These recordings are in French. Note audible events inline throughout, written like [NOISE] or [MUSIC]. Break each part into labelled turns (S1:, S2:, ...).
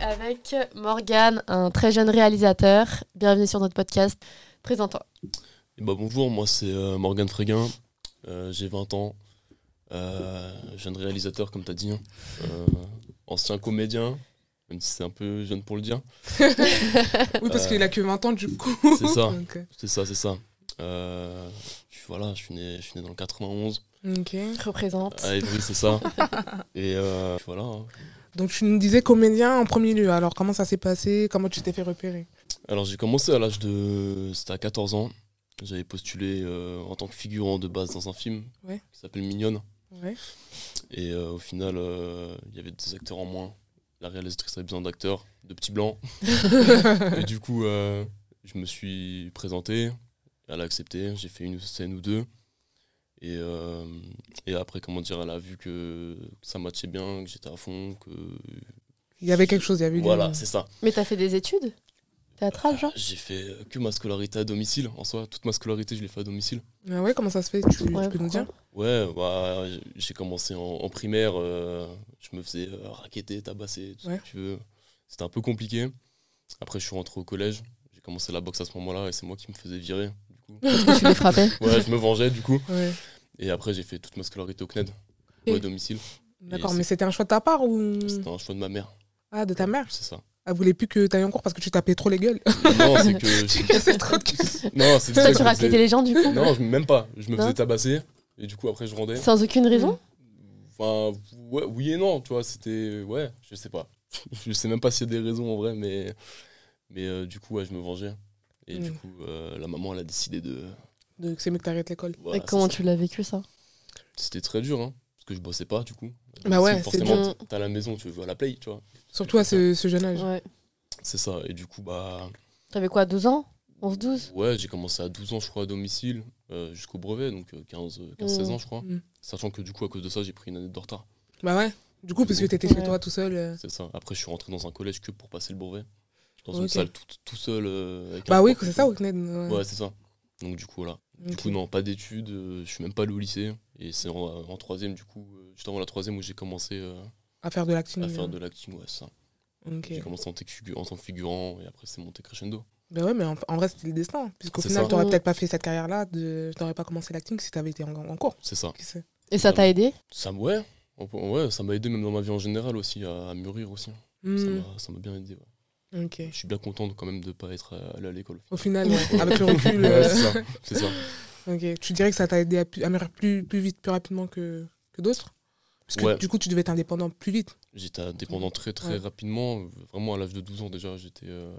S1: avec Morgan, un très jeune réalisateur. Bienvenue sur notre podcast. Présente-toi.
S2: Bah, bonjour, moi c'est euh, Morgan Fréguin, Euh, j'ai 20 ans, Euh, jeune réalisateur comme t'as dit, hein. Euh, ancien comédien, même si c'est un peu jeune pour le dire,
S3: Oui, parce
S2: Euh,
S3: qu'il a que 20 ans du coup.
S2: c'est ça.
S3: [LAUGHS] Donc, euh,
S2: c'est ça, c'est ça. Euh, je suis- voilà, je suis, né, je suis né dans le 91,
S3: euh, ok.
S1: Représente.
S2: à Évry, c'est ça. Et euh, voilà, hein.
S3: Donc tu nous disais comédien en premier lieu. Alors comment ça s'est passé Comment tu t'es fait repérer
S2: Alors j'ai commencé à l'âge de... C'était à 14 ans. J'avais postulé euh, en tant que figurant de base dans un film
S3: Ouais.
S2: qui s'appelle Mignonne.
S3: Ouais.
S2: Et euh, au final, euh, il y avait des acteurs en moins. La réalisatrice avait besoin d'acteurs, de petits
S3: [LAUGHS]
S2: blancs. et du coup, euh, je me suis présenté. Elle a accepté. J'ai fait une scène ou deux. Et, euh, et après, comment dire, elle a vu que ça matchait bien, que j'étais à fond, que...
S3: Il y avait quelque chose, il y avait du-
S2: Voilà, c'est ça.
S1: Mais t'as fait des études Théâtrales, genre
S2: J'ai fait euh, que ma scolarité à domicile, en soi. Toute ma scolarité, je l'ai fait à domicile.
S3: Ah ouais, comment ça se fait tu, tu
S1: Ouais,
S3: peux nous
S1: pourquoi
S3: dire
S2: Ouais, bah, j- j'ai commencé en, en primaire, euh, je me faisais euh, raqueter, tabasser, tout
S3: Ouais.
S2: ce que tu veux. C'était un peu compliqué. Après, je suis rentré au collège, j'ai commencé la boxe à ce moment-là et c'est moi qui me faisais virer. Du
S1: [LAUGHS]
S2: coup.
S1: Parce que tu les
S2: [LAUGHS]
S1: frappais
S2: Ouais, je me vengeais du coup.
S3: Ouais.
S2: Et après, j'ai fait toute ma scolarité au CNED,
S3: Et-
S2: au domicile.
S3: D'accord,
S2: Et
S3: mais c'était un choix de ta part ou
S1: Hmm.
S2: C'était un choix de ma mère.
S3: Ah, de ta mère
S2: C'est ça.
S3: Elle voulait plus que tu ailles en cours parce que tu tapais trop les
S2: [LAUGHS]
S3: gueules. [LAUGHS]
S2: Non, c'est
S1: [LAUGHS]
S2: que.
S3: tu
S2: je-
S3: cassais trop de gueules.
S2: Non, c'est
S1: Toi,
S2: que
S1: tu
S2: je me
S1: raquettais
S2: faisais...
S1: les gens, du coup
S2: Non, je- même pas. Je me
S1: Non.
S2: faisais tabasser et du coup, après, je rendais.
S1: Sans aucune raison
S2: Enfin, ouais, oui et non, tu vois, c'était. Ouais, je sais pas. [LAUGHS] je sais même pas s'il y a des raisons en vrai, mais. Mais euh, du coup, ouais, je me vengeais. Et du
S3: Mm.
S2: coup, euh, la maman, elle a décidé de.
S3: Donc c'est mieux que t'arrêtes l'école.
S2: voilà,
S1: Et Comment
S2: c'est ça.
S1: tu l'as vécu, ça
S2: C'était très dur, hein. Parce que je bossais pas, du coup.
S3: Bah ouais, c'est
S2: forcément,
S1: dur.
S2: t'as la maison, tu veux à la play, tu vois.
S3: Surtout à ce, ce jeune âge.
S1: Ouais.
S2: C'est ça. Et du coup, bah.
S1: T'avais quoi, 12 ans 11, 12
S2: Ouais, j'ai commencé à 12 ans, je crois, à domicile, euh, jusqu'au brevet, donc euh, 15, euh, 15 16 ans, je crois.
S3: Mm.
S2: Sachant que du coup, à cause de ça, j'ai pris une année de retard.
S3: Bah ouais. Du coup, parce que t'étais
S1: Ouais.
S3: chez toi tout seul. euh.
S2: C'est ça. Après, je suis rentré dans un collège que pour passer le brevet. Dans une
S3: Ok.
S2: salle tout, tout seul. euh, avec un
S3: Bah oui,
S2: prof et
S3: c'est
S2: tout.
S3: ça, au CNED. ouais.
S2: Ouais, c'est ça. Donc du coup, là. Du
S3: Ok.
S2: coup, non, pas d'études. euh, je suis même pas allé au lycée. Et c'est en, en troisième, du coup, euh, juste avant la troisième où j'ai commencé euh,
S3: À faire de l'acting.
S2: à faire
S3: hein.
S2: de l'acting. Ouais, c'est ça.
S3: Ok.
S2: J'ai commencé en, tant que figu- en tant que figurant et après, c'est monté crescendo.
S3: Bah ouais, mais en, en vrai, c'était le destin. Puisqu'au
S2: C'est
S3: final,
S2: ça.
S3: t'aurais
S1: Mm.
S3: peut-être pas fait cette carrière-là, de... t'aurais pas commencé l'acting si t'avais été en, en cours.
S2: C'est ça.
S3: Qui sait
S1: Et ça t'a aidé
S2: Ça, m- ouais. on peut- Ouais, ça m'a aidé même dans ma vie en général aussi, à, à mûrir aussi. Ça
S3: Mm.
S2: m'a- Ça m'a bien aidé. ouais.
S3: Ok.
S2: Je suis bien content de- quand même de ne pas être euh, allé à l'école.
S3: Au final, ouais, avec le
S2: [LAUGHS]
S3: recul,
S2: Ouais,
S3: euh,
S2: c'est ça. C'est ça.
S3: [LAUGHS] ok. tu dirais que ça t'a aidé à, pu- à mûrir plus, plus vite, plus rapidement que, que d'autres Parce que
S2: Ouais.
S3: du coup, tu devais être indépendant plus vite,
S2: J'étais indépendant très très
S3: Ouais.
S2: rapidement. Vraiment à l'âge de 12 ans déjà, j'étais euh,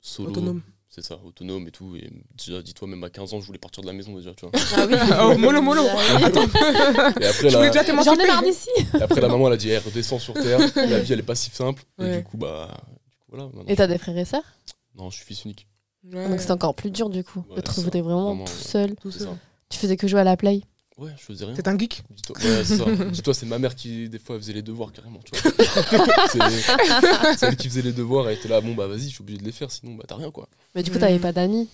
S2: solo. [LAUGHS]
S3: autonome.
S2: C'est ça, autonome et tout. Et déjà, dis-toi, même à 15 ans, je voulais partir de la maison déjà, tu vois.
S1: Ah [LAUGHS] oui
S3: [LAUGHS] Oh, mollo, mollo. [LAUGHS]
S1: J'en
S2: [LAUGHS] Et après,
S3: Tu voulais
S2: la,
S3: déjà t'émanciper
S1: ai marre d'ici
S2: après, la maman, elle a dit, Eh, redescends sur terre. La vie, elle est pas si simple. Et
S3: Ouais.
S2: du coup, bah. du coup, voilà, maintenant,
S1: Et t'as des frères et sœurs
S2: je- Non, je suis fils unique.
S3: Ouais.
S1: Donc c'était encore plus dur, du coup, de
S2: Ouais,
S1: te
S2: ça,
S1: retrouver vraiment,
S2: vraiment,
S1: tout
S2: ouais.
S1: seul.
S3: Tout
S2: C'est
S3: seul.
S2: ça.
S1: Tu faisais que jouer à la play
S2: Ouais, je faisais rien.
S3: T'es un geek
S2: Dis-toi, ouais, c'est ça.
S3: [LAUGHS]
S2: Dis-toi, c'est ma mère qui, des fois, elle faisait les devoirs carrément, tu vois. c'est c'est elle qui faisait les devoirs. Elle était là, bon, bah vas-y, je suis obligé de les faire, sinon, bah t'as rien, quoi.
S1: Mais du coup,
S3: Mm.
S1: t'avais pas d'amis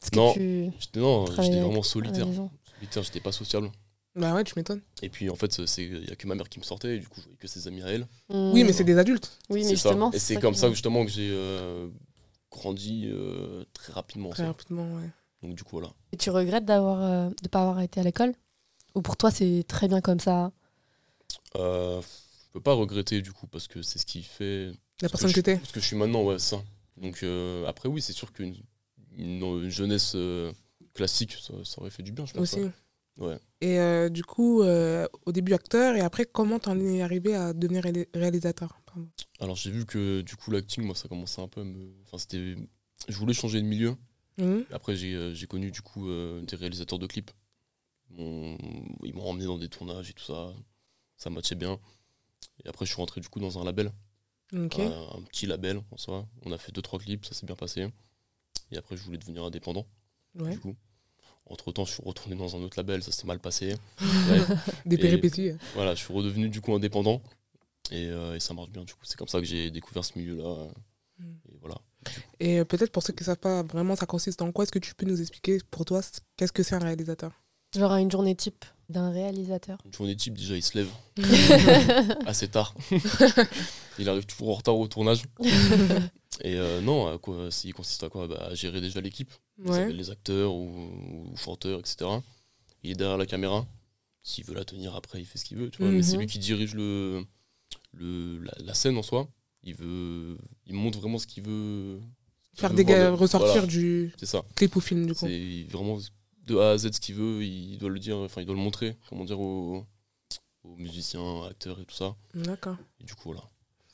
S1: Parce que
S2: Non.
S1: tu... Ah,
S2: J'étais, non,
S1: Travailler
S2: j'étais
S1: avec-
S2: vraiment
S1: à la
S2: solitaire.
S1: maison.
S2: Solitaire, j'étais pas sociable.
S3: Bah ouais, tu m'étonnes.
S2: Et puis, en fait, c'est- il y a que ma mère qui me sortait, et du coup, je voyais que ses amis à elle.
S1: Mm.
S3: Oui, mais c'est des adultes.
S1: Oui, mais
S2: C'est ça.
S1: justement.
S2: Et c'est comme ça que justement que j'ai euh, grandi euh, très rapidement.
S3: Très
S2: ça.
S3: rapidement, ouais.
S2: Donc du coup voilà.
S1: Et tu regrettes d'avoir euh, de pas avoir été à l'école Ou pour toi c'est très bien comme ça
S2: Euh, je peux pas regretter du coup parce que c'est ce qui fait
S3: La
S2: ce
S3: personne
S2: je-
S3: que t'es.
S2: ce que je suis maintenant ouais c'est ça. Donc euh, après oui c'est sûr qu'une une, une jeunesse euh, classique ça, ça aurait fait du bien je pense. ouais.
S3: Aussi.
S2: Ouais.
S3: Et euh, du coup, euh, au début acteur, et après, comment t'en es arrivé à devenir ré- réalisateur Pardon.
S2: Alors j'ai vu que du coup l'acting moi ça commençait un peu à me enfin c'était je voulais changer de milieu.
S3: Mhm.
S2: Après j'ai euh, j'ai connu du coup euh, des réalisateurs de clips. Ils m'ont- Ils m'ont emmené dans des tournages et tout ça. Ça matchait bien. Et après je suis rentré du coup dans un label.
S3: Ok.
S2: un, un petit label en soi. On a fait deux trois clips, ça s'est bien passé. Et après, je voulais devenir indépendant.
S3: Ouais.
S2: Du coup, entre temps, je suis retourné dans un autre label, ça s'est mal passé.
S3: Des
S2: Et-
S3: péripéties.
S2: Voilà, je suis redevenu du coup indépendant et, euh, et ça marche bien. Du coup, c'est comme ça que j'ai découvert ce milieu-là.
S3: Mm.
S2: Et voilà.
S3: Et [LAUGHS] euh, peut-être pour ceux qui ne savent pas vraiment ça consiste en quoi, est-ce que tu peux nous expliquer pour toi c- qu'est-ce que c'est un réalisateur
S1: Genre à une journée type d'un réalisateur.
S2: Une journée type, déjà, il se lève
S3: [LAUGHS]
S2: assez tard. il arrive toujours en retard au tournage. Et euh, non, à quoi, il consiste à quoi bah, À gérer déjà l'équipe, Vous avez
S3: ouais.
S2: les acteurs ou, ou chanteurs, etc. Il est derrière la caméra. S'il veut la tenir après, il fait ce qu'il veut, tu vois. Mais c'est
S3: Mhm.
S2: lui qui dirige le, le, la, la scène en soi. Il, veut, il montre vraiment ce qu'il veut. ce qu'il
S3: Faire
S2: veut
S3: des gars
S2: voir de-
S3: ressortir
S2: voilà,
S3: du
S2: C'est ça.
S3: clip au film, du coup.
S2: C'est vraiment de A à Z ce qu'il veut, il doit le dire, enfin il doit le montrer, comment dire, aux, aux musiciens, acteurs et tout ça.
S3: Mmh, D'accord.
S2: Et du coup, voilà.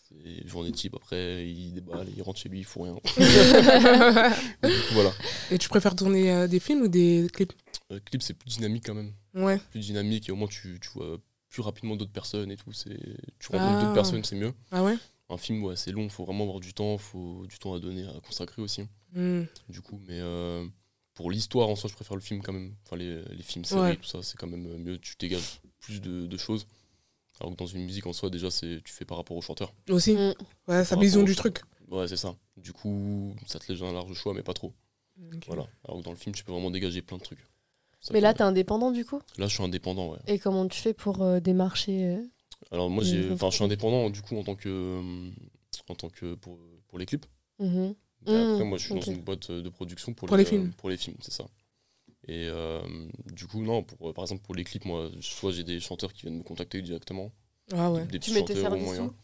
S2: C'est journée type, après il déballe, il rentre chez lui, il
S3: [LAUGHS]
S2: fout rien. Et du coup, voilà.
S3: [LAUGHS] Et tu préfères tourner euh, des films ou des clips
S2: Le clip, c'est plus dynamique quand même.
S3: Ouais.
S2: Plus dynamique et au moins tu, tu vois plus rapidement d'autres personnes et tout. c'est Tu rencontres
S3: Ah.
S2: d'autres personnes, c'est mieux.
S3: Ah ouais
S2: Un film, ouais, c'est long, faut vraiment avoir du temps, faut du temps à donner, à consacrer aussi. hein,
S3: Hmm.
S2: Du coup, mais euh, pour l'histoire en soi, je préfère le film quand même. Enfin, les, les films, séries,
S3: Ouais.
S2: tout ça, c'est quand même euh, mieux. Tu dégages plus de, de choses. Alors que dans une musique en soi, déjà, c'est tu fais par rapport au chanteur.
S3: Aussi
S1: Mm.
S3: Ouais, ça
S2: Par
S3: vision
S2: rapport
S3: du
S2: au-
S3: truc.
S2: Ouais, c'est ça. Du coup, ça te laisse un large choix, mais pas trop.
S3: Ok.
S2: Voilà. Alors que dans le film, tu peux vraiment dégager plein de trucs. Ça
S1: Mais
S2: qui
S1: là,
S2: est
S1: t'es indépendant du coup
S2: bien. là, je suis indépendant, ouais.
S1: Et comment tu fais pour euh, démarcher euh
S2: Alors moi,
S1: Mm.
S2: j'ai, enfin, je suis indépendant du coup en tant que, euh, en tant que pour, pour les clips.
S1: Mhm.
S2: Mais après,
S1: Mm,
S2: moi, je suis
S1: ok.
S2: dans une boîte euh, de production pour,
S3: Pour les films.
S2: pour les films, c'est ça. Et euh, du coup, non, pour, euh, par exemple, pour les clips, moi, soit j'ai des chanteurs qui viennent me contacter directement,
S3: Ah ouais.
S2: des
S1: Tu
S2: petits
S1: mets tes
S2: chanteurs au
S1: services
S2: moyen.
S1: où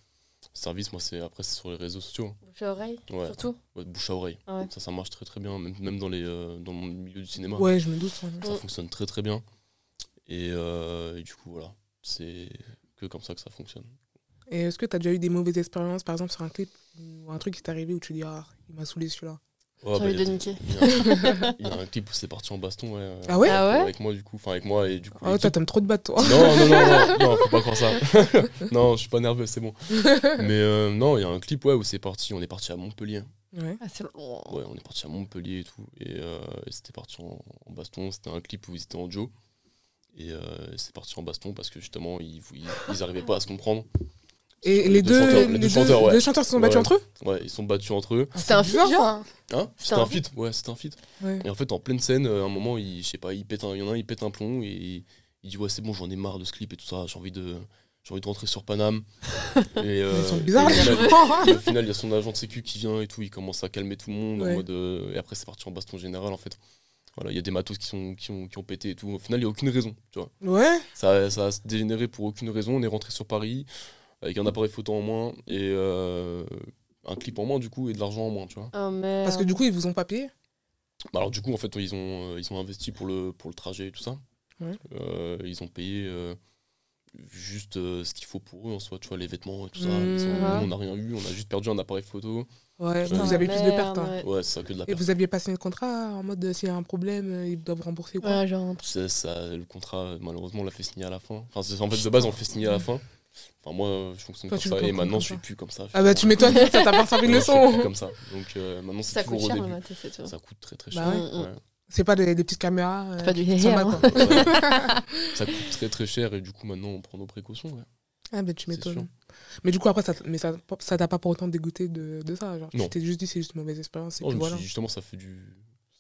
S2: Service, moi, c'est après, c'est sur les réseaux sociaux. hein.
S1: Bouche à oreille,
S2: Ouais.
S1: surtout. Ah
S2: Ouais, bouche à oreille.
S1: Ouais.
S2: Ça, ça marche très très bien, même, même dans, les, euh, dans le milieu du cinéma.
S3: Ouais, je me doute. ouais.
S2: Ça fonctionne très très bien. Et, euh, et du coup, voilà, c'est que comme ça que ça fonctionne.
S3: Et est-ce que tu as déjà eu des mauvaises expériences, par exemple, sur un clip ou un truc qui t'est arrivé où tu dis Ah, il m'a saoulé celui-là
S2: Ouais,
S1: J'ai
S2: bah,
S1: envie
S2: il y
S1: de
S2: a des-
S1: niquer.
S2: il y a un- Il y a un clip où c'est parti en baston, ouais. euh,
S3: Ah ouais
S1: Ah ouais
S2: Avec moi, du coup. Enfin, avec moi et du coup.
S3: Ah ouais,
S2: l'équipe.
S3: toi, t'aimes trop de battre, toi.
S2: Non, non, non, non, non, faut pas croire ça. [LAUGHS] non, je suis pas nerveux, c'est bon. Mais euh, non, il y a un clip ouais, où c'est parti, on est parti à Montpellier.
S3: Ouais.
S1: Ah, c'est long.
S2: Ouais, on est parti à Montpellier et tout. Et, euh, et c'était parti en, en baston, c'était un clip où ils étaient en duo. Et euh, c'est parti en baston parce que justement, ils, ils, ils arrivaient pas à se comprendre.
S3: Et
S2: Les
S3: les
S2: deux
S3: deux,
S2: chanteurs, les deux chanteurs, ouais.
S3: les deux chanteurs se sont battus
S2: Ouais.
S3: entre eux
S2: Ouais, ils se sont battus entre eux.
S3: Ah,
S1: C'était Ah, un film,
S3: bizarre,
S1: genre
S2: Hein
S1: C'était
S2: C'était
S1: un
S2: un feat Ouais, c'était un feat.
S3: Ouais.
S2: Et en fait, en pleine scène, euh, à un moment, il, je sais pas, il pète un, il y en a un, il pète un plomb et il, il dit ouais, c'est bon, j'en ai marre de ce clip et tout ça, j'ai envie de, j'ai envie de rentrer sur Paname. et, euh,
S3: Ils sont bizarres,
S2: et au
S3: les
S2: final-
S3: gens.
S2: et au final, il y a son agent de sécu qui vient et tout, il commence à calmer tout le monde en
S3: Ouais.
S2: mode, euh, et après c'est parti en baston général en fait. Voilà, il y a des matos qui sont qui ont, qui ont pété et tout. Au final, il y a aucune raison, tu vois.
S3: Ouais.
S2: Ça ça a dégénéré pour aucune raison, on est rentré sur Paris avec un appareil photo en moins et euh, un clip en moins du coup et de l'argent en moins, tu vois.
S1: Oh, merde.
S3: Parce que du coup, ils vous ont pas payé.
S2: Bah alors du coup en fait ils ont euh, ils ont investi pour le pour le trajet et tout ça.
S3: Ouais.
S2: Euh, ils ont payé euh, juste euh, ce qu'il faut pour eux en soi, tu vois les vêtements et tout ça.
S3: Mmh.
S2: Ils ont-
S1: Ouais.
S2: nous, on n'a rien eu, on a juste perdu un appareil photo.
S3: Ouais,
S2: Putain,
S1: Ah,
S3: vous avez plus de pertes. hein.
S1: Oh, Ouais.
S2: Ouais, c'est ça que de la
S3: Et
S2: perte.
S3: vous aviez pas signé le contrat en mode euh, s'il y a un problème, euh, ils doivent rembourser ou quoi
S1: Ouais, genre un truc.
S2: Ça, ça, le contrat euh, malheureusement on l'a fait signer à la fin. Enfin c'est- en fait de base on le fait signer à la fin. Enfin moi euh, je fonctionne
S3: Toi,
S2: comme
S3: tu
S2: ça et
S3: fonctionnes
S2: maintenant
S3: comme
S2: je suis
S3: ça.
S2: plus comme ça.
S3: Ah bah, tu m'étonnes, ça t'a pas [LAUGHS] servi
S2: une
S3: de leçon. hein.
S2: comme ça. Donc euh, maintenant c'est
S1: Ça coûte
S2: toujours au
S1: cher,
S2: début.
S1: ma c'est tout.
S2: Ça coûte très très cher.
S3: Bah ouais.
S1: Mm, mm.
S3: [LAUGHS]
S2: Ouais.
S3: C'est pas des, des petites caméras. euh,
S1: C'est pas du
S3: qui sont
S1: hair.
S3: mal,
S1: hein.
S3: quoi.
S2: Ouais. ça coûte très très cher et du coup maintenant on prend nos précautions. ouais.
S3: Ah bah, tu
S2: C'est sûr.
S3: m'étonnes. Mais du coup, après, ça t- mais ça ça t'a pas pour autant dégoûté de, de ça. Genre, tu
S2: Non.
S3: t'es juste dit c'est juste une mauvaise expérience. Et
S2: Non, je
S3: puis
S2: me suis
S3: voilà.
S2: dit, justement, ça fait du,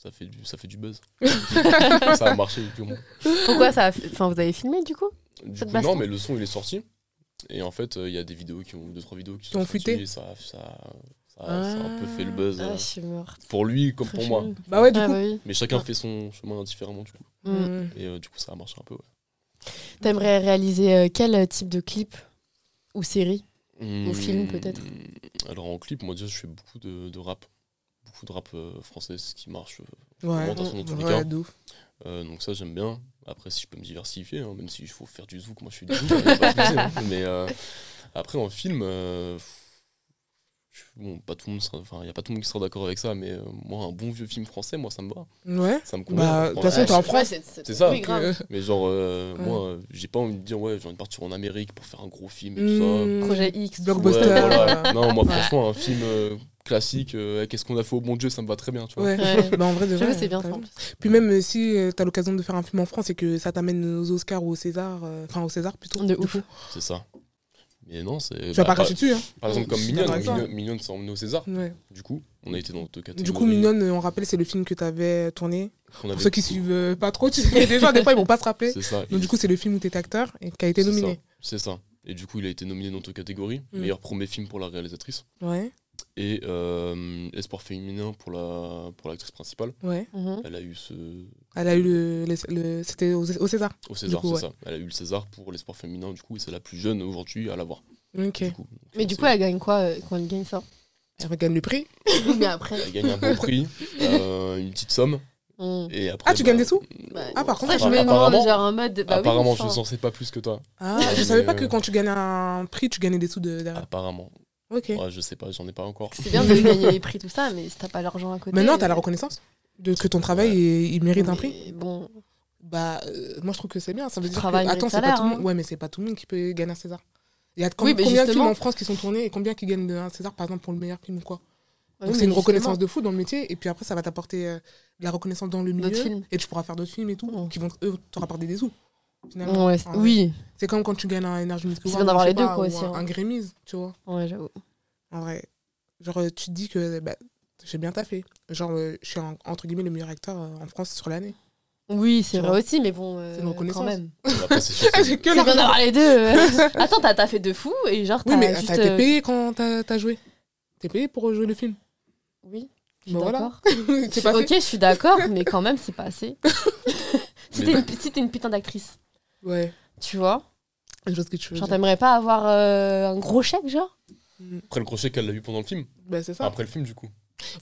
S2: ça fait du, ça fait
S1: [LAUGHS]
S2: du buzz. ça a marché. Du coup,
S1: Pourquoi ça a fait- Enfin, vous avez filmé du coup
S2: Du
S1: Ça te
S2: coup,
S1: baston
S2: non, mais le son, il est sorti. Et en fait, euh, il y a des vidéos qui ont, deux, trois vidéos qui
S3: Qui
S2: sont
S3: ont
S2: sorties
S3: fuité.
S2: et ça, ça, ça, ça a un peu fait le buzz.
S1: Ah,
S2: euh,
S1: je suis morte.
S2: pour lui comme pour moi.
S3: Bah ouais, du
S1: Ah,
S3: coup.
S1: bah oui.
S2: Mais chacun
S1: Ouais.
S2: fait son chemin différemment, du coup.
S1: Mm.
S3: Mm.
S2: Et euh, du coup, ça a marché un peu, ouais.
S1: T'aimerais réaliser euh, quel type de clip ou série Au
S2: Mmh,
S1: film, peut-être.
S2: Alors, en clip, moi, déjà, je fais beaucoup de, de rap. Beaucoup de rap euh, français, ce qui marche. euh,
S3: Ouais.
S2: Augmentation dans tous les cas.
S3: Ouais, de ouf.
S2: Euh, donc ça j'aime bien. Après si je peux me diversifier, hein, même si il faut faire du zouk, moi je suis du zouk, hein,
S3: [LAUGHS]
S2: y a pas de souci, hein. Mais euh, après en film, euh, je- bon pas tout le monde, sera- enfin y a pas tout le monde qui sera d'accord avec ça, mais euh, moi un bon vieux film français, moi ça me va,
S3: Ouais.
S2: ça me convient.
S3: Bah, de toute façon,
S2: Ouais,
S3: t'es en
S1: Ouais,
S3: France.
S2: C'est ça.
S1: Oui, grave.
S2: Mais genre euh,
S3: Ouais.
S2: moi euh, j'ai pas envie de dire ouais j'ai envie de partir en Amérique pour faire un gros film et tout
S3: Mm.
S1: Projet X.
S2: ça.
S3: Blockbuster.
S2: Ouais, voilà.
S3: euh.
S2: Non moi franchement un film euh, classique, euh, qu'est-ce qu'on a fait au bon Dieu, ça me va très bien tu vois.
S1: Ouais.
S3: Ouais. [LAUGHS] Bah, en vrai, déjà.
S1: J'avoue, c'est bien
S3: t'as
S1: ça. en
S3: vu.
S1: plus.
S3: Puis même euh, si euh, t'as l'occasion de faire un film en France et que ça t'amène aux Oscars ou au César, euh, enfin au César plutôt.
S1: De
S3: du
S1: ouf.
S3: coup.
S2: C'est ça. Mais non, c'est.
S3: Tu vas
S2: bah,
S3: pas
S2: par,
S3: cracher dessus, hein.
S2: par exemple, comme
S3: Je suis
S2: Mignonne.
S3: d'accord avec toi.
S2: Mignonne, Mignonne s'est emmenée au César.
S3: Ouais.
S2: Du coup, on a été dans deux catégories.
S3: Du coup, Mignonne, euh, on rappelle, c'est le film que tu avais tourné.
S2: On
S3: Pour
S2: avait-
S3: ceux qui suivent euh, pas trop, tu [LAUGHS] sais, déjà, des fois, ils vont pas se rappeler.
S2: C'est ça.
S3: Donc, du coup, c'est le film où tu es acteur et qui a été
S2: C'est
S3: nominé.
S2: ça, C'est ça. Et du coup, il a été nominé dans deux catégories
S3: Mm.
S2: meilleur premier film pour la réalisatrice
S3: Ouais,
S2: et euh, espoir féminin pour la pour l'actrice principale.
S3: ouais.
S1: Mhm.
S2: Elle a eu ce
S3: Elle a eu le. le- le- C'était au, au César.
S2: au César,
S3: coup,
S2: c'est
S3: ouais.
S2: ça. Elle a eu le César pour l'espoir féminin. Du coup, et c'est la plus jeune aujourd'hui à l'avoir.
S3: Ok.
S2: Du coup. Donc,
S1: Mais
S2: euh,
S1: du
S2: c'est-
S1: coup, elle gagne quoi euh, quand elle gagne [LAUGHS] ça
S3: Ça gagne le prix.
S1: Mais après.
S2: elle gagne un bon prix, euh, une petite somme
S1: Mhm.
S2: et après.
S3: Ah, tu gagnes des sous
S1: Bah,
S3: Ah, par
S1: c'est vrai,
S3: contre,
S1: je me demande,
S2: apparemment,
S1: genre en mode. Bah, oui,
S2: apparemment,
S1: enfin,
S2: je n'en sais pas plus que toi.
S3: Ah,
S2: Ouais,
S3: je savais
S2: mais,
S3: pas que
S2: euh,
S3: quand tu gagnes un prix, tu gagnais des sous de derrière.
S2: Apparemment,
S3: Ah. Ok.
S2: Ouais, je sais pas, j'en ai pas
S3: [LAUGHS]
S2: encore.
S1: C'est bien de gagner les prix, tout ça, mais si t'as pas l'argent à côté.
S3: Maintenant, t'as la reconnaissance de que ton travail
S2: Ouais.
S3: il- il mérite un
S1: Mais
S3: prix.
S1: Bon,
S3: Bah, euh, moi je trouve que c'est bien. Ça veut dire que
S1: travail mérite
S3: attends, c'est pas
S1: salaire,
S3: tout le monde.
S1: hein.
S3: Ouais, mais c'est pas tout le monde qui peut gagner un César. Il y a com-
S1: Oui, mais
S3: combien de
S1: justement.
S3: films en France qui sont tournés et combien qui gagnent un César, par exemple, pour le meilleur film ou quoi.
S1: Ouais, mais
S3: Donc c'est une
S1: justement.
S3: reconnaissance de fou dans le métier et puis après ça va t'apporter euh, de la reconnaissance dans le milieu
S1: D'autres films.
S3: et tu pourras faire d'autres films et tout
S1: Mm.
S3: qui vont eux te rapporter des sous. Finalement.
S1: Ouais, c'est-
S3: Ah ouais.
S1: oui,
S3: C'est comme quand tu gagnes un Energy Music
S1: C'est bien
S3: Award,
S1: d'avoir
S3: je sais
S1: les deux,
S3: pas,
S1: quoi,
S3: ou
S1: aussi,
S3: Un,
S1: hein.
S3: un Grammys, tu vois.
S1: ouais, j'avoue.
S3: En vrai, genre euh, tu te dis que bah, j'ai bien taffé. Genre euh, je suis en- entre guillemets le meilleur acteur euh, en France sur l'année.
S1: Oui, c'est
S3: Tu
S1: vrai
S3: vois.
S1: aussi, mais bon, euh,
S3: C'est une reconnaissance.
S1: quand même.
S2: Après, c'est sûr,
S3: J'ai [LAUGHS]
S2: c'est-
S3: que
S1: [LAUGHS] C'est bien
S3: l'argent.
S1: d'avoir les deux.
S3: [LAUGHS]
S1: euh. Attends, t'as t'as fait de fou et genre t'as
S3: Oui, mais
S1: juste.
S3: t'as été
S1: euh,
S3: payé quand t'as t'as joué. T'es payé pour jouer le
S1: [LAUGHS]
S3: film.
S1: Oui, je suis
S3: Bah voilà.
S1: d'accord.
S3: c'est pas
S1: Ok, je suis d'accord, mais quand même, c'est pas [LAUGHS] assez. si
S2: Mais- bah-
S1: t'es une, si t'es une putain d'actrice,
S3: fait. Ouais.
S1: tu vois,
S3: Je vois ce que tu veux.
S1: genre
S3: dire.
S1: t'aimerais pas avoir euh, un gros chèque, genre
S2: après le crochet qu'elle a eu pendant le film.
S3: Bah, c'est ça.
S2: Après le film, du coup.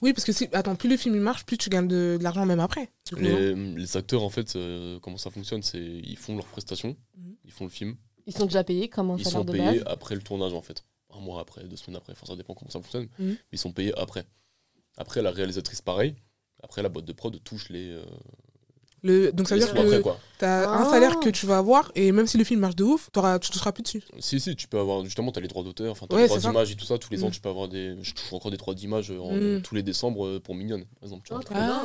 S3: Oui, parce que si, attends, plus le film il marche, plus tu gagnes de, de l'argent même après. Du coup, non
S2: Les, les acteurs, en fait, euh, comment ça fonctionne C'est ils font leurs prestations,
S3: Mhm.
S2: ils font le film,
S1: Ils sont déjà payés comme un
S2: ils
S1: salaire
S2: sont
S1: de
S2: payés
S1: base.
S2: après le tournage, en fait. Un mois après, deux semaines après, enfin, ça dépend comment ça fonctionne.
S3: Mhm.
S2: Mais ils sont payés après. Après, la réalisatrice, pareil. Après, la boîte de prod touche les, euh,
S3: Le- donc ça veut
S2: les
S3: dire
S2: sous après,
S3: que
S2: quoi.
S3: t'as un
S1: Ah.
S3: salaire que tu vas avoir et même si le film marche de ouf, t'auras- tu toucheras plus dessus.
S2: Si, si, tu peux avoir, justement, t'as les droits d'auteur, enfin, t'as
S3: Ouais,
S2: les
S3: c'est
S2: droits
S3: ça.
S2: d'image et tout ça. Tous les ans,
S3: Mhm.
S2: tu peux avoir des. Je touche encore des droits d'image euh, en-
S3: Mhm.
S2: tous les décembre euh, pour Mignonne, par exemple. tu vois.
S1: Ah, trop bien.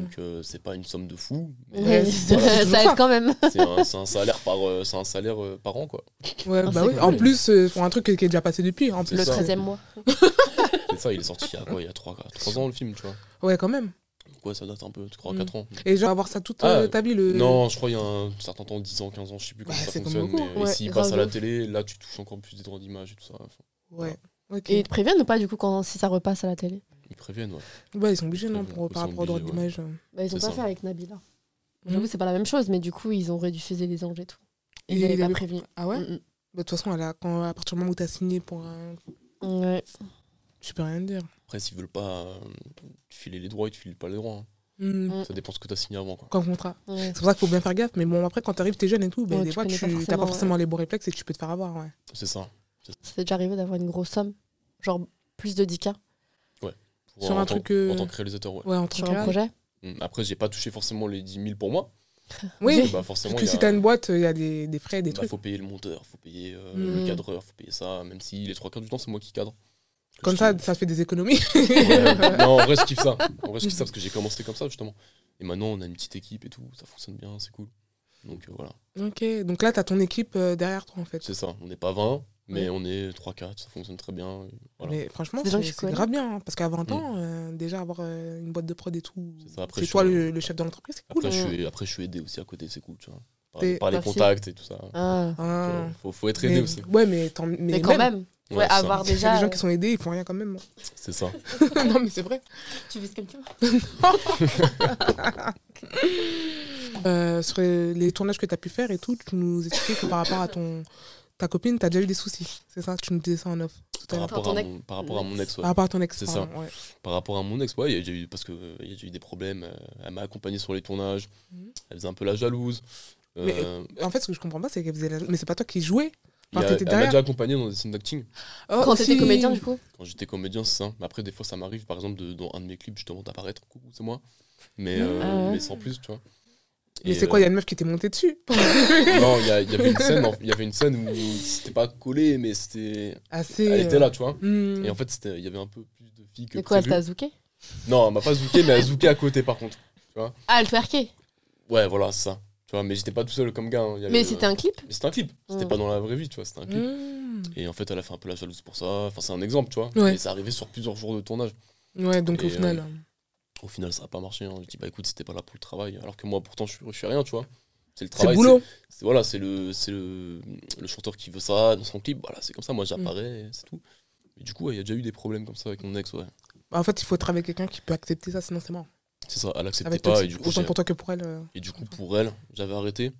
S2: Donc, euh, c'est pas une somme de fou, mais
S1: Ouais, [LAUGHS]
S3: Ouais,
S1: ça
S3: c'est toujours ça.
S1: aide quand même.
S2: c'est un, c'est un salaire par, euh, c'est un salaire euh, par an, quoi.
S3: Ouais,
S1: Ah,
S3: bah
S1: c'est
S3: oui.
S1: cool.
S3: En plus, euh, pour un truc qui est déjà passé depuis. En
S2: C'est
S3: plus.
S1: Le
S2: ça.
S1: 13 e mois.
S2: C'est ça, il est sorti il y a quoi, il y a 3, ans le film, tu vois.
S3: Ouais, quand même.
S2: Donc ouais, ça date un peu, tu crois,
S3: Mm.
S2: 4 ans.
S3: Et genre avoir ça toute
S2: Ah,
S3: euh, ta vie. Le...
S2: Non, je crois il y a un certain temps, 10 ans, 15 ans, je sais plus comment
S3: Ouais,
S2: ça
S3: c'est comme
S2: fonctionne.
S3: beaucoup.
S2: Mais
S1: Ouais,
S2: s'il passe à la
S1: grave.
S2: télé, là tu touches encore plus des droits d'image et tout ça. Enfin,
S3: Ouais. Ok.
S1: Et ils te préviennent ou pas du coup quand si ça repasse à la télé
S2: ils préviennent, ouais.
S3: Ouais, ils sont obligés, non,
S2: Ils
S3: pour, par
S2: sont
S3: rapport aux droits
S2: obligés, ouais.
S3: d'image. euh.
S1: Bah, ils ont
S2: C'est
S1: pas
S2: ça.
S1: fait avec Nabila.
S3: Mhm.
S1: J'avoue, c'est pas la même chose, mais du coup, ils ont rediffusé les anges et tout. Ils
S3: Et
S1: n'avaient
S3: il
S1: pas
S3: avait-
S1: prévenu.
S3: Ah ouais Bah, De
S1: Mhm.
S3: toute façon, elle a- quand, à partir du moment où t'as signé pour un.
S1: mmh. Ouais.
S3: Tu peux rien dire.
S2: Après, s'ils veulent pas euh, te filer les droits, ils te filent pas les droits. hein.
S3: Mm.
S1: Mm.
S2: Ça dépend ce que t'as signé avant, quoi.
S3: Quand contrat.
S1: ouais.
S3: C'est pour ça qu'il faut bien faire gaffe. Mais bon, après, quand t'arrives, t'es jeune et tout, bah,
S1: Ouais,
S3: des
S1: tu
S3: fois,
S1: connais
S3: tu
S1: pas
S3: t'as pas forcément,
S1: forcément,
S3: les bons réflexes et tu peux te faire avoir. Ouais.
S2: C'est ça.
S1: Ça t'est déjà arrivé d'avoir une grosse somme, genre plus de 10K
S2: Pour-
S3: Sur
S2: en
S3: un
S2: tant-
S3: truc, euh,
S2: En tant que réalisateur, ouais.
S3: Ouais, en tant
S1: sur
S3: que
S1: un
S3: réel.
S1: projet.
S2: Mm. Après, j'ai pas touché forcément les 10 000 pour
S3: [LAUGHS]
S2: moi.
S3: Oui.
S2: parce que, bah,
S3: Parce
S2: forcément,
S3: que
S2: il y a-
S3: si t'as une boîte, il y a des, des frais, des
S2: bah,
S3: trucs.
S2: faut payer le monteur, faut payer euh,
S3: Mm.
S2: le cadreur, faut payer ça. Même si les trois quarts du temps, c'est moi qui cadre. Parce que
S3: Comme
S2: je
S3: ça,
S2: suis-
S3: ça fait des économies. [LAUGHS]
S2: Ouais, non, en vrai, je kiffe ça. En vrai, je kiffe ça parce que j'ai commencé comme ça, justement. Et maintenant, on a une petite équipe et tout, ça fonctionne bien, c'est cool. Donc euh, voilà,
S3: ok. Donc là, t'as ton équipe euh, derrière toi, en fait.
S2: c'est ça. On n'est pas 20, mais
S3: Ouais.
S2: on est 3-4, ça fonctionne très bien. Voilà. Mm.
S3: Mais franchement,
S1: C'est des gens
S3: c'est
S1: que tu
S3: c'est
S1: connais.
S3: grave bien. hein, parce qu'à 20 ans, euh, déjà avoir euh, une boîte de prod et tout.
S2: C'est ça, après,
S3: C'est
S2: je
S3: toi
S2: suis-
S3: le, le chef de l'entreprise, c'est cool.
S2: Après, je
S1: Cool.
S2: suis, après, je suis aidé aussi à côté, c'est cool, tu vois. Par,
S3: T'es-
S2: par les
S1: Merci.
S2: contacts et tout ça.
S1: Ah.
S3: Ah.
S2: Euh, faut, faut être
S3: Mais-
S2: aidé aussi.
S3: Ouais, mais, tant- mais,
S1: Mais, quand même,
S2: Ouais,
S1: ouais,
S2: c'est ça.
S1: avoir
S3: Il y a
S1: déjà.
S3: des gens qui
S1: euh,
S3: sont aidés, ils font rien quand même. hein.
S2: C'est ça.
S1: [LAUGHS]
S3: non, mais c'est vrai.
S1: Tu vises quelqu'un
S3: Euh, sur les les tournages que tu as pu faire et tout, tu nous expliquais que par rapport à ton, ta copine, tu as déjà eu des soucis. C'est ça, tu nous disais ça en off tout à
S2: Par
S3: l'heure.
S2: rapport,
S1: ton
S2: à
S1: ex-
S2: mon, par rapport à mon ex, ouais.
S3: Par rapport à ton ex.
S2: C'est ça.
S3: pardon, ouais.
S2: Par rapport à mon ex, ouais, il y a déjà eu, parce que euh, il y a déjà eu des problèmes. euh, elle m'a accompagné sur les tournages.
S3: Mhm.
S2: Elle faisait un peu la jalouse.
S3: Mais,
S2: Euh,
S3: En fait, ce que je comprends pas, c'est qu'elle faisait la... Mais c'est pas toi qui jouais.
S2: il y a-
S3: t'étais
S2: elle m'a
S3: derrière.
S2: déjà accompagné dans des scènes d'acting.
S1: Quand
S3: tu
S1: t'étais comédien, du coup
S2: quand j'étais comédien, c'est ça. Mais Après, des fois, ça m'arrive, par exemple, de- dans un de mes clips, justement, d'apparaître. Coucou, c'est moi. Mais, euh,
S1: Ah ouais.
S2: mais sans plus, tu vois.
S3: Mais
S2: Et,
S3: c'est quoi, il
S2: euh,
S3: y a une meuf qui t'est montée dessus
S2: [LAUGHS] Non, il y, a- il y avait une scène, en- il y avait une scène où c'était pas collé, mais c'était.
S3: Assez.
S2: Elle était
S3: euh,
S2: là, tu vois.
S3: hmm.
S2: Et en fait, c'était- il y avait un peu plus de filles que
S1: De mm. quoi elle
S2: prévu.
S1: t'a zooké
S2: Non, elle m'a pas zooké, mais elle a zooké à côté, par contre.
S1: Ah, elle twerkait
S2: Ouais, voilà, c'est ça. Tu vois, mais j'étais pas tout seul comme gars. hein. Il y avait,
S1: Mais
S2: euh,
S1: c'était un clip
S2: mais c'était un clip. C'était
S1: Mm.
S2: pas dans la vraie vie, tu vois. C'était un clip.
S3: Hmm.
S2: Et en fait, elle a fait un peu la jalouse pour ça. Enfin, c'est un exemple, tu vois.
S3: Ouais.
S2: Mais ça arrivait sur plusieurs jours de tournage.
S3: Ouais, donc au
S2: Et, euh,
S3: final. euh,
S2: Au final, ça n'a pas marché. hein. Je dis, bah écoute, c'était pas là pour le travail. Alors que moi, pourtant, je, je fais rien, tu vois.
S3: C'est
S2: C'est le
S3: le
S2: travail.
S3: boulot.
S2: c'est- Voilà, c'est le, c'est le, le chanteur qui veut ça dans son clip. Voilà, c'est comme ça. Moi, j'apparais,
S3: Mm.
S2: et c'est tout. Mais du coup, ouais, il y a déjà eu des problèmes comme ça avec mon ex, ouais.
S3: En fait, il faut être avec quelqu'un qui peut accepter ça, sinon c'est mort.
S2: C'est ça, elle acceptait
S3: Avec
S2: pas.
S3: toi,
S2: Et du, coup,
S3: autant
S2: j'ai-
S3: pour toi que pour elle. euh.
S2: et du coup, pour elle, j'avais arrêté.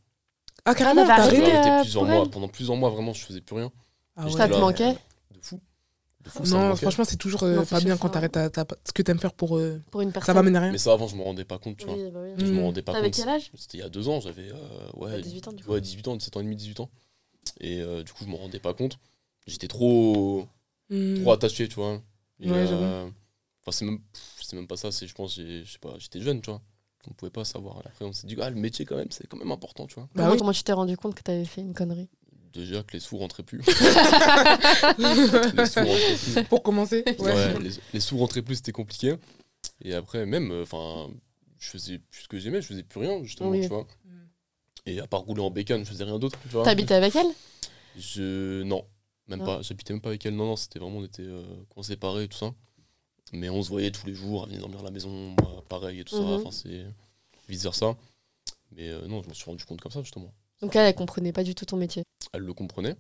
S3: Ah, carrément,
S1: bah,
S3: t'as
S1: arrêté,
S2: J'avais
S3: arrêté
S2: arrêté
S1: euh,
S2: plusieurs
S1: pour
S2: mois.
S1: elle
S2: Pendant plusieurs mois, vraiment, je faisais plus rien.
S3: Ah
S2: J'étais
S1: Ça
S3: ouais.
S1: te
S2: là,
S1: manquait
S2: De fou. De fou, ça me
S3: Non,
S2: manquait.
S3: franchement, c'est toujours euh,
S1: Non, c'est
S3: pas bien
S1: chiant,
S3: quand
S1: ça.
S3: t'arrêtes ta- ta- ce que t'aimes faire pour. euh,
S1: pour une
S3: Ça
S1: personne.
S3: va mener à rien.
S2: Mais ça, avant, je me rendais pas compte, tu vois.
S1: Oui, bah oui.
S2: Je me
S3: Mm.
S2: rendais pas
S1: T'avais
S2: compte.
S1: quel âge
S2: C'était il y a deux ans, j'avais euh, ouais,
S1: T'as 18 ans, du coup.
S2: ouais, 18 ans, 17 ans et demi, 18 ans. Et euh, du coup, je m'en rendais pas compte. J'étais trop,
S3: Hmm.
S1: Mm.
S2: trop attaché, tu vois. Et,
S3: Ouais, j'avoue.
S2: euh, enfin, c'est même, pff, c'est même pas ça, c'est, je pense, j'ai- je sais pas, j'étais jeune, tu vois. On pouvait pas savoir. Après, on s'est dit, ah, le métier, quand même, c'est quand même important, tu vois.
S3: Bah
S1: comment,
S3: oui.
S1: comment tu t'es rendu compte que t'avais fait une connerie
S2: Déjà que les sous rentraient plus. [LAUGHS] les sous rentraient plus.
S3: [LAUGHS] Pour commencer.
S2: Ouais,
S3: Ouais.
S2: les, les sous rentraient plus, c'était compliqué. Et après, même, euh, enfin, je faisais plus ce que j'aimais, je faisais plus rien, justement,
S1: Oui.
S2: tu vois. Et à part rouler en bécane, je faisais rien d'autre, tu vois.
S1: T'habitais avec elle
S2: Je. Non, même
S1: Non.
S2: pas. J'habitais même pas avec elle. Non, non, c'était vraiment, on était euh, coins séparés et tout ça. Mais on se voyait tous les jours, elle venait dormir à la maison, moi, pareil et tout
S1: Mhm.
S2: ça. Enfin, c'est vice-versa. Mais euh, non, je me suis rendu compte comme ça, justement.
S1: Donc elle, elle comprenait pas du tout ton métier.
S2: Elle le comprenait.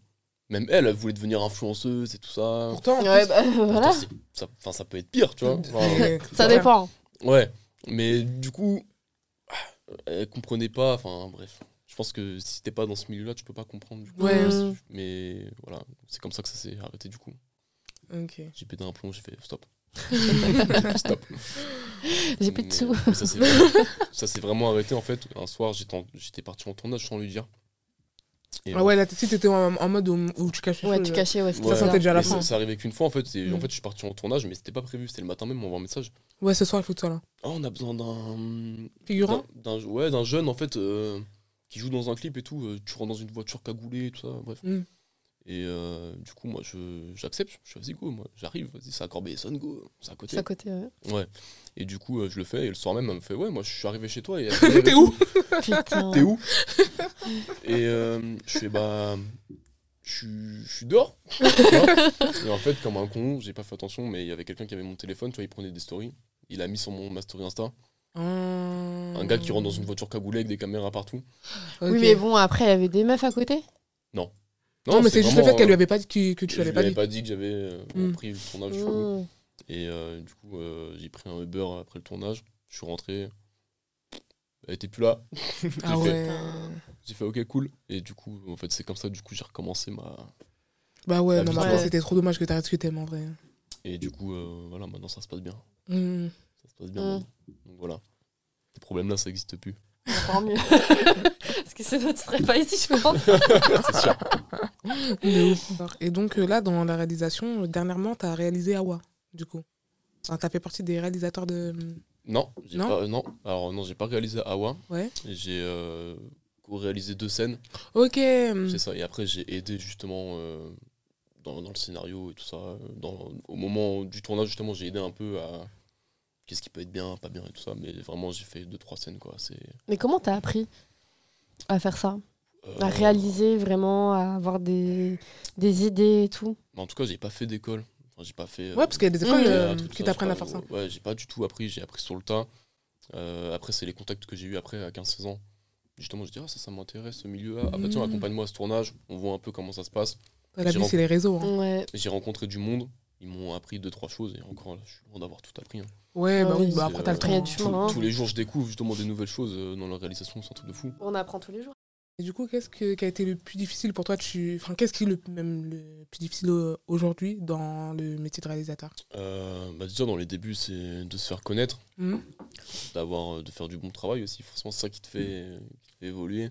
S2: Même elle, elle voulait devenir influenceuse et tout ça.
S3: Pourtant, en
S1: Ouais,
S3: plus,
S1: bah voilà.
S2: Pourtant, c'est- ça, enfin, ça peut être pire, tu vois.
S1: [LAUGHS]
S2: Enfin,
S3: Ouais.
S1: Ça dépend.
S2: Ouais, mais du coup, elle comprenait pas. Enfin, bref, je pense que si t'es pas dans ce milieu-là, tu peux pas comprendre. Du coup.
S3: Ouais.
S1: Mm.
S2: Mais voilà, c'est comme ça que ça s'est arrêté du coup.
S3: Ok.
S2: J'ai pété un plomb, j'ai fait stop.
S1: J'ai plus de
S2: Mais-
S1: sous.
S2: mais ça s'est vraiment- ça s'est vraiment arrêté en fait. Un soir, j'étais en- j'étais parti en tournage sans lui dire. Et
S3: Ah ouais, là, t- si t'étais en, en mode où, où tu caches les
S1: Ouais,
S3: choses,
S1: tu
S3: euh,
S1: cachais, ouais, c'était
S2: ouais,
S3: Ça sentait déjà la
S2: mais
S3: fin.
S2: ça- Ça arrivait qu'une fois en fait. Et
S3: Mm.
S2: En fait, je suis parti en tournage, mais c'était pas prévu. C'était le matin même, on envoie un message.
S3: Ouais, ce soir, il faut que tu sois là.
S2: Ah, on a besoin d'un.
S3: Figurant
S2: d'un d'un- ouais d'un jeune en fait euh, qui joue dans un clip et tout euh, tu rentres dans une voiture cagoulée et tout ça bref
S3: Mm.
S2: et euh, du coup moi je j'accepte je suis vas-y go moi j'arrive vas-y c'est à Corbeil-Essonne go c'est à côté
S1: C'est à côté. ouais.
S2: ouais et du coup euh, je le fais et le soir même elle me fait ouais moi je suis arrivé chez toi
S3: [LAUGHS]
S2: et
S3: T'es où
S1: Putain.
S2: t'es où [LAUGHS] et euh, je fais bah je suis- je suis dehors
S3: [LAUGHS]
S2: Tu vois et en fait comme un con j'ai pas fait attention mais il y avait quelqu'un qui avait mon téléphone tu vois il prenait des stories il a mis sur mon ma story insta un gars qui rentre dans une
S3: Mm.
S2: voiture cagoulée avec des caméras partout
S1: Oui, mais bon, après, il y avait des meufs à côté.
S3: Non, mais c'est juste le fait
S2: vraiment,
S3: qu'elle lui
S2: euh,
S3: avait pas dit que, que tu
S2: je lui
S3: l'avais pas
S2: avais
S3: dit.
S2: pas dit que j'avais euh,
S3: Mm.
S2: repris le tournage. du coup.
S1: Mm.
S2: Et euh, du coup, euh, j'ai pris un Uber après le tournage. Je suis rentré. Elle était
S3: [LAUGHS]
S2: plus là.
S3: Ah
S2: J'ai fait-
S3: ouais.
S2: J'ai fait OK, cool. Et du coup, en fait, c'est comme ça. Du coup, j'ai recommencé ma.
S3: Bah ouais,
S2: La
S3: non, mais
S2: vie,
S3: après,
S1: ouais.
S3: c'était trop dommage que t'arrêtes ce que t'aimes en vrai.
S2: Et du coup, euh, voilà, maintenant ça se passe bien.
S3: Hmm.
S2: Ça se passe bien.
S1: Mm.
S2: maintenant. Donc voilà. Ces problèmes-là, ça n'existe plus.
S1: Encore mieux. [LAUGHS] Parce que sinon, tu serais pas ici, je pense.
S2: c'est sûr.
S3: De ouf. Et donc euh, là, dans la réalisation, euh, dernièrement, t'as réalisé Awa, du coup. Enfin, t'as fait partie des réalisateurs de.
S2: Non, j'ai
S3: Non
S2: pas. euh, non. Alors non, j'ai pas réalisé Awa.
S3: Ouais.
S2: J'ai euh, co-réalisé deux scènes.
S3: Ok. euh,
S2: C'est ça. Et après, j'ai aidé justement euh, dans, dans le scénario et tout ça. euh, Dans, au moment du tournage, justement, j'ai aidé un peu à qu'est-ce qui peut être bien, pas bien et tout ça. Mais vraiment, j'ai fait deux, trois scènes, quoi. C'est,
S1: Mais comment t'as appris à faire ça
S2: euh,
S1: À réaliser vraiment, à avoir des, des idées et tout
S2: mais En tout cas, j'ai pas fait d'école. Enfin, j'ai pas fait. euh,
S3: Ouais, parce qu'il y a des écoles
S1: Mmh.
S3: euh,
S2: théâtre, tout
S3: qui
S2: ça,
S3: t'apprennent
S2: j'ai
S3: à faire ça.
S2: pas- Ouais, j'ai pas du tout appris. J'ai appris sur le tas. Euh, après, c'est les contacts que j'ai eu après, à 15-16 ans. Justement, je dis, ah, ça, ça m'intéresse, ce milieu-là. Ah, bah tiens,
S3: Mm.
S2: accompagne-moi à ce tournage. On voit un peu comment ça se passe.
S3: La
S2: J'ai
S3: vie, c'est les réseaux. hein.
S1: Ouais.
S2: J'ai rencontré du monde. Ils m'ont appris deux, trois choses. Et encore, là, je suis loin d'avoir tout appris. hein.
S3: Ouais, bah
S1: Ouais,
S3: oui,
S1: oui.
S3: bah après, t'as le
S1: Après, il y a
S3: temps.
S1: du
S3: hein.
S1: chemin.
S2: Tous les jours, je découvre justement des nouvelles choses euh, dans la réalisation, c'est un truc de fou.
S1: On apprend tous les jours.
S3: Et du coup, qu'est-ce que, qui a été le plus difficile pour toi tu... enfin, Qu'est-ce qui est le, même le plus difficile euh, aujourd'hui dans le métier de réalisateur
S2: Euh, bah déjà, dans les débuts, c'est de se faire connaître, [LAUGHS]
S3: Hmm
S2: d'avoir, euh, de faire du bon travail aussi. Forcément, c'est ça qui te fait, euh, qui te fait évoluer.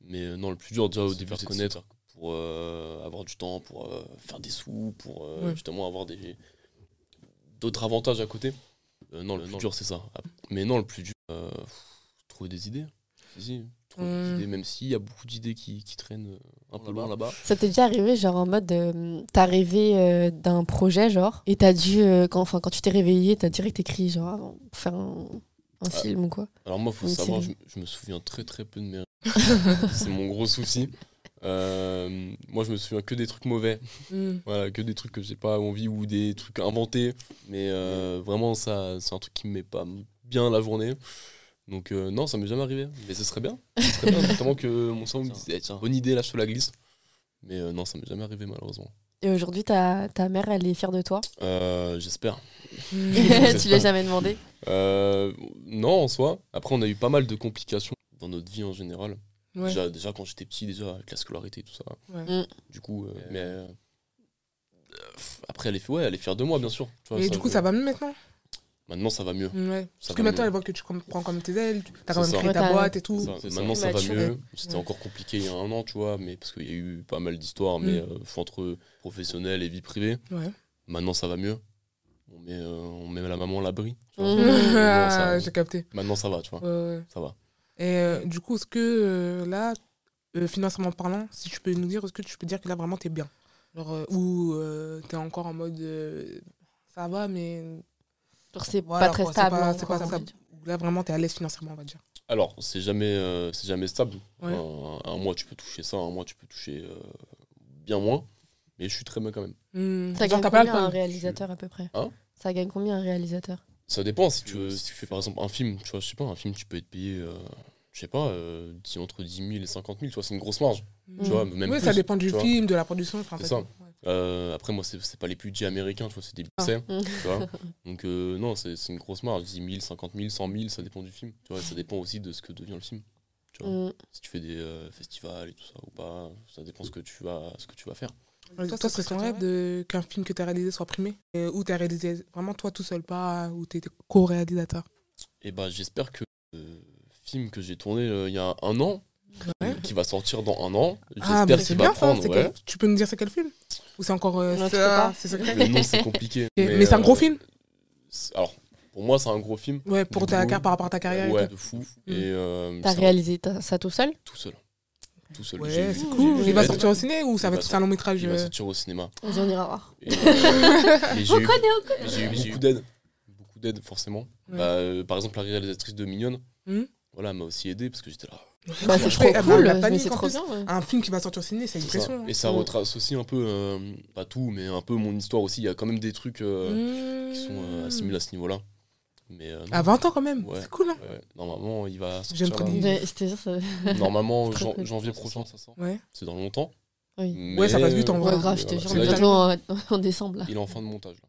S2: Mais euh, non, le plus dur déjà au
S4: Se
S2: début,
S4: faire
S2: c'est de se
S4: connaître.
S2: faire- pour euh, avoir du temps, pour euh, faire des sous, pour euh,
S3: Ouais.
S2: justement avoir des d'autres avantages à côté. Euh, non, le plus dur, c'est ça. Ah, Mais non, le plus dur, euh, pff, trouver des idées. Si, si, trouver des
S3: Hmm.
S2: idées, même s'il y a beaucoup d'idées qui, qui traînent euh, un peu
S4: Là-bas.
S2: loin là-bas.
S1: Ça t'est déjà arrivé, genre en mode, euh, t'as rêvé euh, d'un projet, genre, et t'as dû, euh, quand, enfin, quand tu t'es réveillé, t'as direct écrit, genre, ah, bon, pour faire un, un
S3: Ah.
S1: film ou quoi.
S2: Alors moi, faut
S1: Une
S2: savoir, je,
S1: série.
S3: Hmm.
S2: je me souviens très très peu de mes rêves. c'est mon gros souci. Euh, moi, je me souviens que des trucs mauvais.
S3: Mm.
S2: Voilà, que des trucs que j'ai pas envie ou des trucs inventés. Mais euh, vraiment, ça, c'est un truc qui me met pas bien la journée. Donc euh, non, ça m'est jamais arrivé. Mais ce serait bien. Ce serait bien, notamment que mon sang me
S4: Tiens,
S2: dise, eh, tiens,
S4: tiens.
S2: bonne idée, lâche la glisse. Mais euh, non, ça m'est jamais arrivé malheureusement.
S1: Et aujourd'hui, ta, ta mère, elle est fière de toi.
S2: Euh, J'espère.
S3: Hmm.
S1: [LAUGHS] tu l'as jamais demandé.
S2: Euh, non, en soi. Après, on a eu pas mal de complications dans notre vie en général.
S3: Ouais.
S2: Déjà, déjà, quand j'étais petit, déjà, avec la scolarité et tout ça.
S3: Ouais.
S1: Mm.
S2: Du coup, euh,
S4: Euh,
S2: mais. euh, euh, après, elle est, ouais, elle est fière de moi, bien sûr. Tu vois,
S3: Et du coup,
S2: je-
S3: ça va mieux maintenant
S2: Maintenant, ça va mieux.
S3: Ouais.
S2: Ça
S3: Parce que
S2: va
S3: maintenant,
S2: mieux.
S3: elle voit que tu com- prends comme tes ailes, tu as quand
S2: C'est
S3: même
S2: ça.
S3: créé ta
S1: Ouais,
S3: boîte et tout.
S2: Ça,
S4: C'est ça.
S2: Maintenant, ça va
S1: Mature.
S2: mieux. C'était
S3: Ouais.
S2: encore compliqué il y a un an, tu vois, mais parce qu'il y a eu pas mal d'histoires, mais
S3: Mm.
S2: euh, entre professionnel et vie privée.
S3: Ouais.
S2: Maintenant, ça va mieux. On met, euh, on met la maman à l'abri. tu vois.
S1: Mm.
S2: Maintenant,
S3: [LAUGHS]
S2: ça-
S3: Ah, J'ai capté.
S2: Maintenant, ça va, tu vois.
S3: Ouais, ouais.
S2: Ça va.
S3: Et euh, du coup, est-ce que euh, là, euh, financièrement parlant, si tu peux nous dire, est-ce que tu peux dire que là vraiment t'es bien Genre, euh, Ou euh, t'es encore en mode euh, ça va, mais
S1: Genre, c'est
S3: voilà,
S1: pas très
S3: quoi, c'est
S1: stable.
S3: pas-
S1: hein,
S3: c'est pas
S1: quoi,
S3: stable. là vraiment t'es à l'aise financièrement, on va dire.
S2: Alors, c'est jamais, euh, c'est jamais stable.
S3: Ouais.
S2: Un, un mois, tu peux toucher ça. Un mois, tu peux toucher euh, bien moins. Mais je suis très bien quand même.
S3: Hmm.
S1: Ça
S3: Genre,
S1: gagne
S3: t'as pas
S1: combien
S3: le
S1: un
S3: temps.
S1: réalisateur à peu près
S2: Hein
S1: Ça gagne combien un réalisateur
S2: Ça dépend. Si tu,
S4: Tu
S2: veux-
S4: veux-
S2: si tu fais par exemple un film, tu vois, je sais pas, un film, tu peux être payé, euh, je sais pas, euh, dix- entre 10 000 et 50 000. Tu vois, c'est une grosse marge.
S3: Hmm.
S2: Tu vois, même
S3: oui,
S2: plus,
S3: ça dépend
S2: tu
S3: du
S2: vois.
S3: film, de la production. enfin, en
S2: C'est
S3: fait,
S2: ça.
S3: ouais.
S2: Euh, après, moi, c'est c'est pas les budgets américains, tu vois, c'est des
S3: Ah.
S2: budgets,
S1: Mm.
S3: [LAUGHS]
S2: tu vois. Donc, euh, non, c'est c'est une grosse marge. 10 000, 50 000, 100 000, ça dépend du film. Tu vois, ça dépend aussi de ce que devient le film.
S3: Mmh.
S2: Tu vois.
S1: Mm.
S2: Si tu fais des euh, festivals et tout ça ou pas, ça dépend ce que tu vas, ce que tu vas faire.
S3: Toi, toi, ce serait ton rêve de... qu'un film que t'as réalisé soit primé et Ou t'as réalisé vraiment toi tout seul, pas où t'es co-réalisateur
S2: Et bah, j'espère que le film que j'ai tourné euh, il y a un an, euh,
S3: Ouais.
S2: qui va sortir dans un an,
S3: Ah,
S2: j'espère
S3: mais c'est
S2: qu'il va
S3: bien ça.
S2: prendre.
S3: c'est
S2: ouais.
S3: quel- Tu peux nous dire c'est quel film Ou c'est encore. euh,
S1: Non, tu peux
S3: ça,
S1: pas.
S3: c'est secret
S2: Le nom,
S3: [LAUGHS]
S2: c'est compliqué.
S3: Mais, c'est un
S2: euh,
S3: gros film
S2: c'est- Alors, pour moi, c'est un gros film.
S3: Ouais, pour ta,
S2: du coup,
S3: car- par rapport à ta carrière.
S2: ouais,
S3: et
S2: de fou.
S3: Mm.
S2: Et euh,
S1: T'as
S2: c'est un-
S1: réalisé ta- ça tout seul
S2: tout seul. Tout
S3: tout.
S2: seul.
S3: Ouais,
S2: J'ai-
S3: c'est
S2: j'ai-
S3: cool.
S2: j'ai-
S3: Il va
S2: j'ai-
S3: sortir au ciné ou ça
S2: Il
S3: va
S2: va
S3: être tout un long métrage
S2: Il va
S3: euh,
S2: sortir au cinéma.
S1: Vas-y, on ira voir.
S3: [LAUGHS]
S2: Et, euh, et j'ai eu, j'ai eu
S4: connaît.
S2: beaucoup d'aide. Beaucoup d'aide, forcément.
S3: Ouais.
S2: Bah, euh, par exemple, la réalisatrice de Mignonne,
S3: Hmm.
S2: voilà, elle m'a aussi aidé parce que j'étais là.
S1: Bah,
S3: je
S1: c'est trop
S3: fais- ah, bah,
S1: cool,
S3: la
S1: mais
S3: panique,
S1: c'est
S3: en
S1: trop
S3: plus. Ah,
S1: bien. ouais.
S3: Un film qui va sortir au ciné, c'est une hein.
S2: C'est ça.
S3: pression.
S2: Et ça
S1: Mm.
S2: retrace aussi un peu, euh, pas tout, mais un peu mon histoire aussi. Il y a quand même des trucs euh,
S3: Hmm.
S2: qui sont euh, assimilés à ce niveau-là. Mais euh, non.
S3: À 20 ans quand même,
S2: Ouais.
S3: c'est cool. hein.
S2: Ouais, normalement, il va
S3: J'aime
S2: sortir,
S3: Cody.
S1: Mais je te jure, ça-
S2: euh, normalement,
S3: [LAUGHS]
S1: C'est très
S2: jan-
S1: cool.
S2: janvier prochain, ça sort.
S3: Ouais.
S2: C'est dans longtemps.
S1: Oui.
S2: Mais,
S3: Ah, Ouais, ça passe vite, en
S2: euh,
S1: Ouais,
S3: vrai. hein.
S1: grave, je te
S2: voilà.
S1: jure,
S2: C'est
S1: mais
S2: là,
S1: bientôt en, en décembre là.
S2: Il est en fin de montage. là.